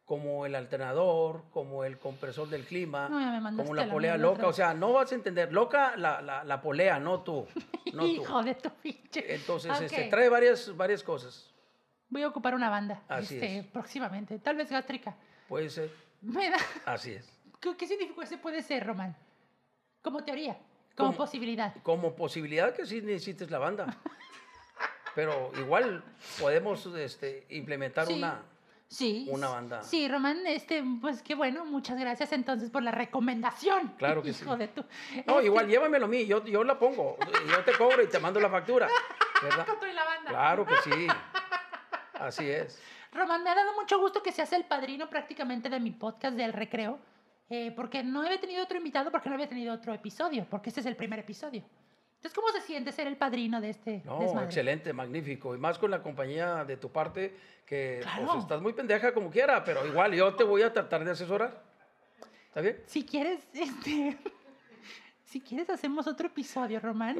S2: como el alternador, como el compresor del clima,
S1: No, ya me mandaste
S2: ah, como
S1: a
S2: la
S1: la
S2: polea
S1: mierda otra
S2: loca. O
S1: vez.
S2: sea, no vas a entender. Loca la, la, la polea, no tú. No tú.
S1: Hijo de tu pinche.
S2: Entonces,
S1: Ok.
S2: este, trae varias, varias cosas.
S1: Voy a ocupar una banda
S2: Así
S1: este,
S2: es.
S1: próximamente, tal vez gástrica.
S2: Puede ser.
S1: Me da-
S2: Así es.
S1: ¿Qué, qué significó ese puede ser, Román? Como teoría, como
S2: Como-
S1: posibilidad.
S2: Como posibilidad que sí necesites la banda. Pero igual podemos este, implementar
S1: Sí.
S2: una.
S1: Sí.
S2: Una banda.
S1: Sí, Román, este, pues qué bueno, muchas gracias entonces por la recomendación.
S2: Claro que sí.
S1: Hijo de tu.
S2: No,
S1: Este,
S2: igual llévamelo a mí, yo, yo la pongo, yo te cobro y te mando la factura, ¿verdad?
S1: con tu y la banda.
S2: Claro que sí, así es.
S1: Román, me ha dado mucho gusto que seas el padrino prácticamente de mi podcast del recreo, eh, porque no había tenido otro invitado, porque no había tenido otro episodio, porque este es el primer episodio. Entonces, ¿cómo se siente ser el padrino de este
S2: No,
S1: desmadre?
S2: excelente, magnífico, y más con la compañía de tu parte, que pues,
S1: Claro.
S2: estás muy pendeja como quiera, pero igual yo te voy a tratar de asesorar, ¿está bien?
S1: Si quieres, este, si quieres hacemos otro episodio, Román,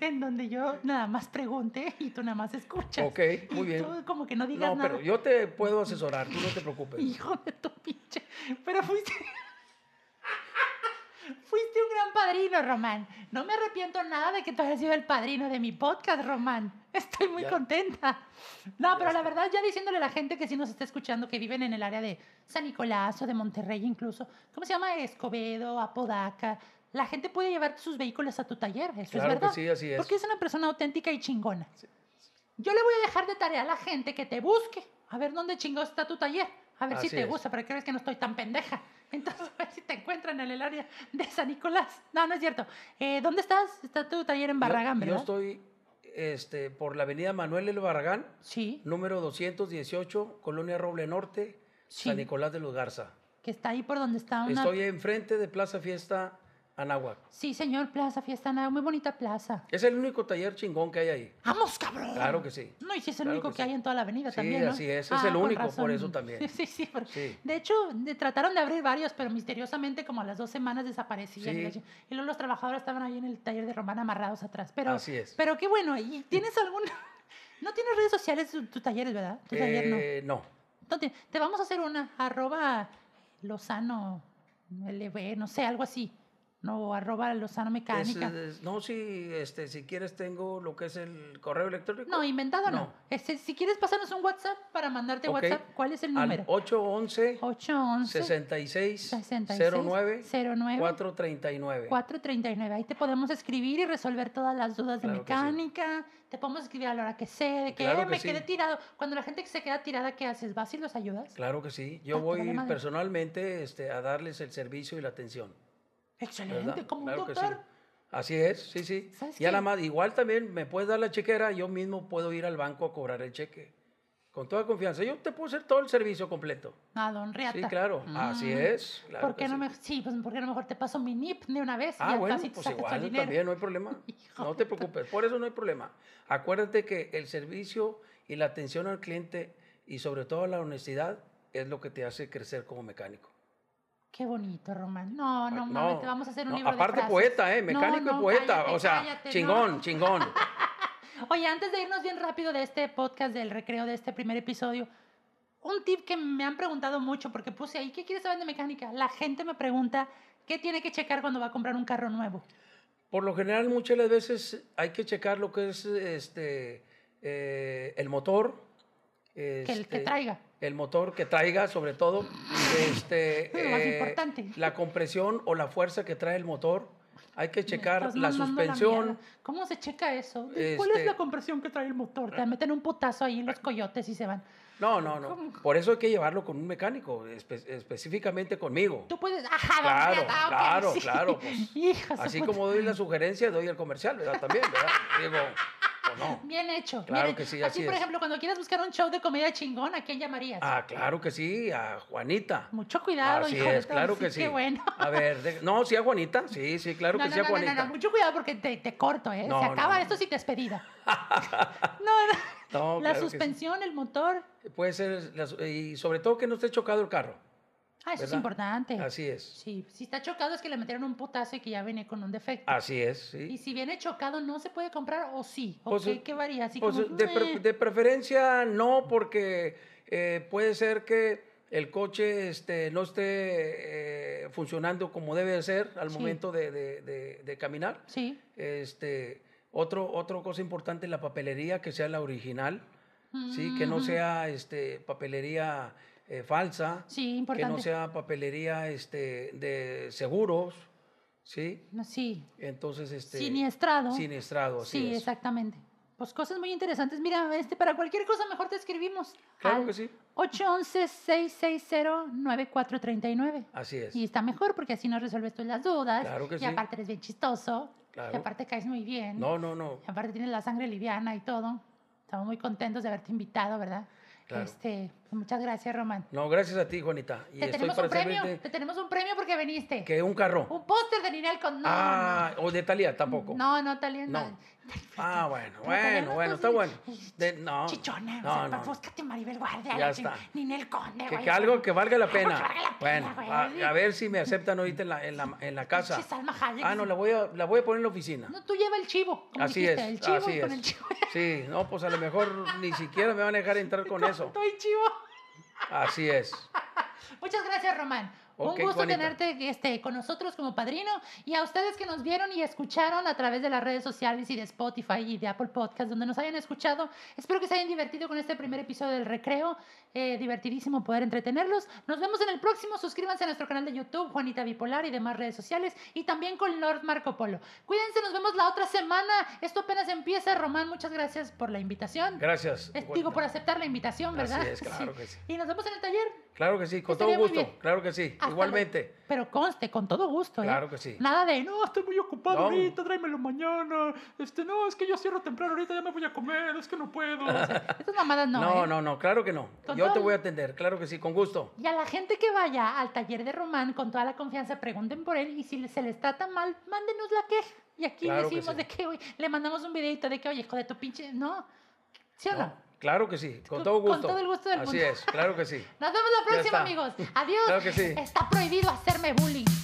S1: en donde yo nada más pregunte y tú nada más escuchas.
S2: Ok, muy
S1: Y
S2: bien.
S1: tú como que no digas
S2: No,
S1: nada.
S2: pero yo te puedo asesorar, tú no te preocupes.
S1: Hijo de tu pinche. Pero fuiste. fuiste un gran padrino, Román. No me arrepiento nada de que tú hayas sido el padrino de mi podcast, Román. Estoy muy
S2: Ya.
S1: contenta. No,
S2: Ya
S1: pero la
S2: está.
S1: verdad, ya diciéndole a la gente que sí nos está escuchando, que viven en el área de San Nicolás o de Monterrey incluso. ¿Cómo se llama? Escobedo, Apodaca. La gente puede llevar sus vehículos a tu taller, eso pues
S2: Claro
S1: es
S2: que
S1: verdad.
S2: sí, así es.
S1: Porque es una persona auténtica y chingona. Yo le voy a dejar de tarea a la gente que te busque. A ver dónde chingados está tu taller. A ver si
S2: Así
S1: te
S2: es.
S1: gusta, para que veas que no estoy tan pendeja. Entonces, a ver si te encuentran en el área de San Nicolás. No, no es cierto. Eh, ¿Dónde estás? Está tu taller en Barragán,
S2: yo, yo
S1: ¿verdad?
S2: estoy este, por la avenida Manuel El Barragán,
S1: Sí,
S2: número 218, Colonia Roble Norte,
S1: Sí.
S2: San Nicolás de los Garza.
S1: que está ahí por donde está una...
S2: Estoy enfrente de Plaza Fiesta Anáhuac.
S1: Sí, señor, Plaza Fiesta Nada, muy bonita plaza.
S2: Es el único taller chingón que hay ahí.
S1: ¡Vamos, cabrón!
S2: Claro que sí.
S1: No, y si es el
S2: Claro
S1: único que,
S2: que sí.
S1: hay en toda la avenida
S2: Sí,
S1: también, ¿no? Ah,
S2: así es, es el
S1: con
S2: único, por eso también.
S1: Sí, sí, sí, porque-
S2: Sí.
S1: De hecho, de- trataron de abrir varios, pero misteriosamente como a las dos semanas desaparecían.
S2: Sí.
S1: Y, la chi- y luego los trabajadores estaban ahí en el taller de Román amarrados atrás. Pero,
S2: Así es.
S1: Pero qué bueno, ¿y tienes algún...? No tienes redes sociales tu, tu taller, ¿verdad? Tu este taller no.
S2: Eh, no.
S1: No tiene- te vamos a hacer una, arroba Lozano LB, no sé, algo así. No, arroba Lozano
S2: Es,
S1: Mecánica.
S2: es- no, si, este, si quieres tengo lo que es el correo electrónico.
S1: No, inventado no.
S2: No.
S1: Este, si quieres pasarnos un WhatsApp para mandarte
S2: Ok.
S1: WhatsApp, ¿cuál es el
S2: Al
S1: número?
S2: 811
S1: 811
S2: 66
S1: 66
S2: 09
S1: 09
S2: 439.
S1: 439. Ahí te podemos escribir y resolver todas las dudas de
S2: Claro que sí.
S1: mecánica. Te podemos escribir a la hora que sea, de que
S2: Claro
S1: "Eh,
S2: que
S1: me
S2: sí.
S1: quedé tirado. Cuando la gente que se queda tirada, ¿qué haces? ¿Vas y los ayudas?
S2: Claro que sí.
S1: Ah,
S2: Yo
S1: te
S2: voy
S1: vale madre.
S2: personalmente este, a darles el servicio y la atención.
S1: Excelente,
S2: ¿verdad?
S1: como
S2: Claro
S1: un
S2: que sí.
S1: doctor.
S2: Así es, sí, sí.
S1: ¿Sabes
S2: Y nada
S1: qué?
S2: más, igual también me puedes dar la chequera, yo mismo puedo ir al banco a cobrar el cheque. Con toda confianza. Yo te puedo hacer todo el servicio completo.
S1: Ah, don Riata.
S2: Sí, claro. Así es. claro
S1: Ah. ¿Por qué
S2: que
S1: no
S2: sí.
S1: me... Sí, pues ¿por qué no mejor te paso mi NIP de una vez?
S2: Ah,
S1: al
S2: bueno,
S1: pasito
S2: pues
S1: sacas tu
S2: igual
S1: dinero?
S2: también no hay problema.
S1: Hijo
S2: No
S1: de
S2: te
S1: tu-
S2: preocupes, por eso no hay problema. Acuérdate que el servicio y la atención al cliente y sobre todo la honestidad es lo que te hace crecer como mecánico.
S1: Qué bonito, Román. No, no,
S2: Ah,
S1: mames, te vamos a hacer un
S2: no,
S1: libro
S2: Aparte
S1: de frases.
S2: poeta, ¿eh? Mecánico
S1: No, no,
S2: y poeta.
S1: cállate,
S2: o sea,
S1: cállate, no.
S2: chingón, chingón.
S1: Oye, antes de irnos bien rápido de este podcast, del recreo, de este primer episodio, un tip que me han preguntado mucho, porque puse ahí, ¿qué quieres saber de mecánica? La gente me pregunta, ¿qué tiene que checar cuando va a comprar un carro nuevo?
S2: Por lo general, muchas de las veces hay que checar lo que es este, eh, el motor.
S1: que el que
S2: este,
S1: traiga.
S2: El motor que traiga, sobre todo. este, eh,
S1: Es lo más importante.
S2: La compresión o la fuerza que trae el motor. hay que checar
S1: Estás
S2: la
S1: mandando
S2: suspensión.
S1: mierda. ¿Cómo se checa eso? ¿Cuál
S2: Este- ah.
S1: es la compresión que trae el motor? Te meten un putazo ahí los coyotes y se van.
S2: no, no,
S1: ¿Cómo?
S2: no. Por eso hay que llevarlo con un mecánico, espe- específicamente conmigo.
S1: Tú puedes. Ajá,
S2: Claro,
S1: vamos, ah, ok,
S2: claro,
S1: sí.
S2: claro, pues,
S1: Hijo de su
S2: Así
S1: puta.
S2: como doy la sugerencia, doy el comercial, ¿verdad? También, ¿verdad? Digo, o no.
S1: Bien hecho.
S2: Claro
S1: bien
S2: que
S1: hecho.
S2: sí,
S1: Así,
S2: así
S1: por
S2: es.
S1: ejemplo, cuando quieras buscar un show de comedia chingón, ¿a quién llamarías?
S2: Ah, claro que sí, a Juanita.
S1: Mucho cuidado,
S2: Así
S1: hijo de
S2: es,
S1: todo,
S2: claro que sí.
S1: Qué bueno.
S2: A ver, de- no, sí a Juanita, sí, sí, claro
S1: no,
S2: que
S1: no,
S2: sí a
S1: no, no, no,
S2: Juanita.
S1: no, mucho cuidado porque te, te corto, ¿eh?
S2: No,
S1: Se
S2: no,
S1: acaba
S2: no.
S1: esto sin despedida. no, no.
S2: No,
S1: la
S2: claro que sí.
S1: suspensión, el motor.
S2: Puede ser, la su- y sobre todo que no esté chocado el carro.
S1: Ah, eso es
S2: ¿Verdad?
S1: importante.
S2: Así es,
S1: Sí, si está chocado es que le metieron un potazo y que ya viene con un defecto.
S2: así es, Ah, sí.
S1: Y si viene chocado, ¿no se puede comprar o sí? ¿O
S2: Pues,
S1: qué,
S2: eh,
S1: qué varía? Así
S2: Pues,
S1: como, "Eh,
S2: de, pre-
S1: "Meh".
S2: de preferencia no, porque eh, puede ser que el coche este, no esté eh, funcionando como debe de ser al
S1: Sí.
S2: momento de, de- de- de caminar.
S1: Sí.
S2: Este, otro, otra cosa importante, la papelería, que sea la original, ¿sí? que no
S1: Ujú.
S2: sea este, papelería eh, falsa,
S1: Sí,
S2: que
S1: importante.
S2: no sea papelería este, de seguros, ¿sí?
S1: No, Sí,
S2: Entonces, este,
S1: siniestrado.
S2: siniestrado, así
S1: Sí,
S2: es.
S1: exactamente. Pues cosas muy interesantes. Mira, este, para cualquier cosa mejor te escribimos.
S2: Claro
S1: al
S2: que sí,
S1: 811-660-9439.
S2: así es.
S1: Y está mejor porque así nos resuelves tú las dudas.
S2: Claro que
S1: y
S2: sí.
S1: aparte eres bien chistoso. Y
S2: Claro.
S1: aparte caes muy bien.
S2: No, no, no.
S1: Y aparte tienes la sangre liviana y todo. Estamos muy contentos de haberte invitado, ¿verdad?
S2: Claro.
S1: Este, muchas gracias, Román.
S2: No, gracias a ti, Juanita. Y
S1: Te tenemos un premio.
S2: servirte
S1: Te tenemos un premio porque viniste.
S2: que un carro.
S1: Un póster de Ninel con... No, no,
S2: ah, o de Talía tampoco.
S1: No, no, Talía, no.
S2: No. Ah, bueno,
S1: Pero también
S2: bueno,
S1: unas
S2: bueno,
S1: cosas
S2: está
S1: de-
S2: bueno.
S1: Ay,
S2: De- no.
S1: Chichona,
S2: no,
S1: o sea,
S2: no, no.
S1: búscate Maribel Guardia,
S2: Ya
S1: la ching-
S2: está.
S1: Ninel Conde,
S2: Que,
S1: güey,
S2: que algo que valga la
S1: algo que
S2: pena.
S1: valga la
S2: bueno,
S1: pena, güey.
S2: a, a ver si me aceptan ahorita en la, en la, en la casa.
S1: Pinche Salma Hayek.
S2: Ah, no, la voy a, la voy a poner en la oficina.
S1: No, tú lleva el chivo, como
S2: así
S1: dijiste,
S2: es,
S1: el chivo
S2: así
S1: y con
S2: es.
S1: el chivo.
S2: Sí, no, pues a lo mejor ni siquiera me van a dejar entrar con eso.
S1: Estoy chivo.
S2: Así es.
S1: Muchas gracias, Román.
S2: Ok,
S1: Un gusto
S2: Juanita.
S1: tenerte este, con nosotros como padrino y a ustedes que nos vieron y escucharon a través de las redes sociales y de Spotify y de Apple Podcast, donde nos hayan escuchado. Espero que se hayan divertido con este primer episodio del recreo. Eh, divertidísimo poder entretenerlos. Nos vemos en el próximo. Suscríbanse a nuestro canal de YouTube, Juanita Bipolar y demás redes sociales y también con Lord Marco Polo. Cuídense, nos vemos la otra semana. Esto apenas empieza. Román, muchas gracias por la invitación.
S2: Gracias.
S1: Es-
S2: Juanita.
S1: Digo, por aceptar la invitación, ¿verdad?
S2: Así es, claro que sí.
S1: Y nos vemos en el taller.
S2: Claro que sí, con todo
S1: Estaría muy
S2: gusto.
S1: bien.
S2: Claro que sí.
S1: Hasta
S2: Igualmente.
S1: luego. Pero conste, con todo gusto, ¿eh?
S2: Claro que sí.
S1: Nada de, no, estoy muy ocupado
S2: No.
S1: ahorita, tráemelo mañana. Este, no, es que yo cierro temprano ahorita, ya me voy a comer, es que no puedo. O sea, esas mamadas no,
S2: No,
S1: ¿eh?
S2: no, no, claro que no.
S1: Con
S2: Yo
S1: todo
S2: te
S1: el-
S2: voy a atender, claro que sí, con gusto.
S1: Y a la gente que vaya al taller de Román, con toda la confianza, pregunten por él y si se les trata mal, mándenos la queja. Y aquí
S2: Claro que
S1: decimos
S2: sí.
S1: de que, oye, le mandamos un videito de que, oye, hijo de tu pinche, no. ¿Sí o no?
S2: No, claro que sí, con
S1: Con-
S2: todo
S1: con
S2: gusto.
S1: todo el gusto del
S2: Así
S1: mundo.
S2: es, claro que sí.
S1: Nos vemos la
S2: Ya
S1: próxima,
S2: está.
S1: amigos. Adiós.
S2: Claro que sí.
S1: Está prohibido hacerme bullying.